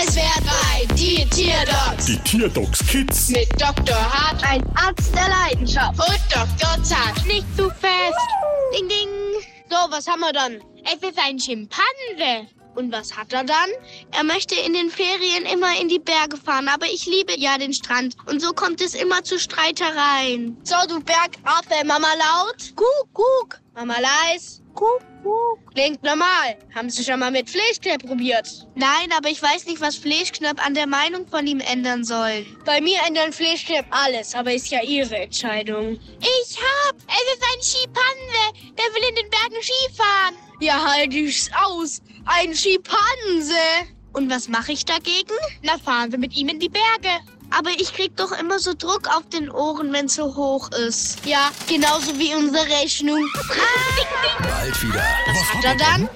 Es wären bei die Tierdocs Die Tierdocs Kids. mit Dr. Hart Ein Arzt der Leidenschaft. und Dr. Zart. Nicht zu fest. Ding, ding. So, was haben wir dann? Es ist ein Schimpanse. Und was hat er dann? Er möchte in den Ferien immer in die Berge fahren, aber ich liebe ja den Strand. Und so kommt es immer zu Streitereien. So, du Bergaffe, Mama laut. Guck, guck, Mama leis. guck, guck. Klingt normal. Haben Sie schon mal mit Fleischklepp probiert? Nein, aber ich weiß nicht, was Fleischknöpp an der Meinung von ihm ändern soll. Bei mir ändern Fleischklepp alles, aber ist ja Ihre Entscheidung. Ich hab! Es ist ein Schipanse! Der will in den Bergen Skifahren! Ja, halt ich's aus. Ein Schimpanse. Und was mache ich dagegen? Na, fahren wir mit ihm in die Berge. Aber ich krieg doch immer so Druck auf den Ohren, wenn's so hoch ist. Ja, Genauso wie unsere Rechnung. Bald wieder. Was, Hat er dann?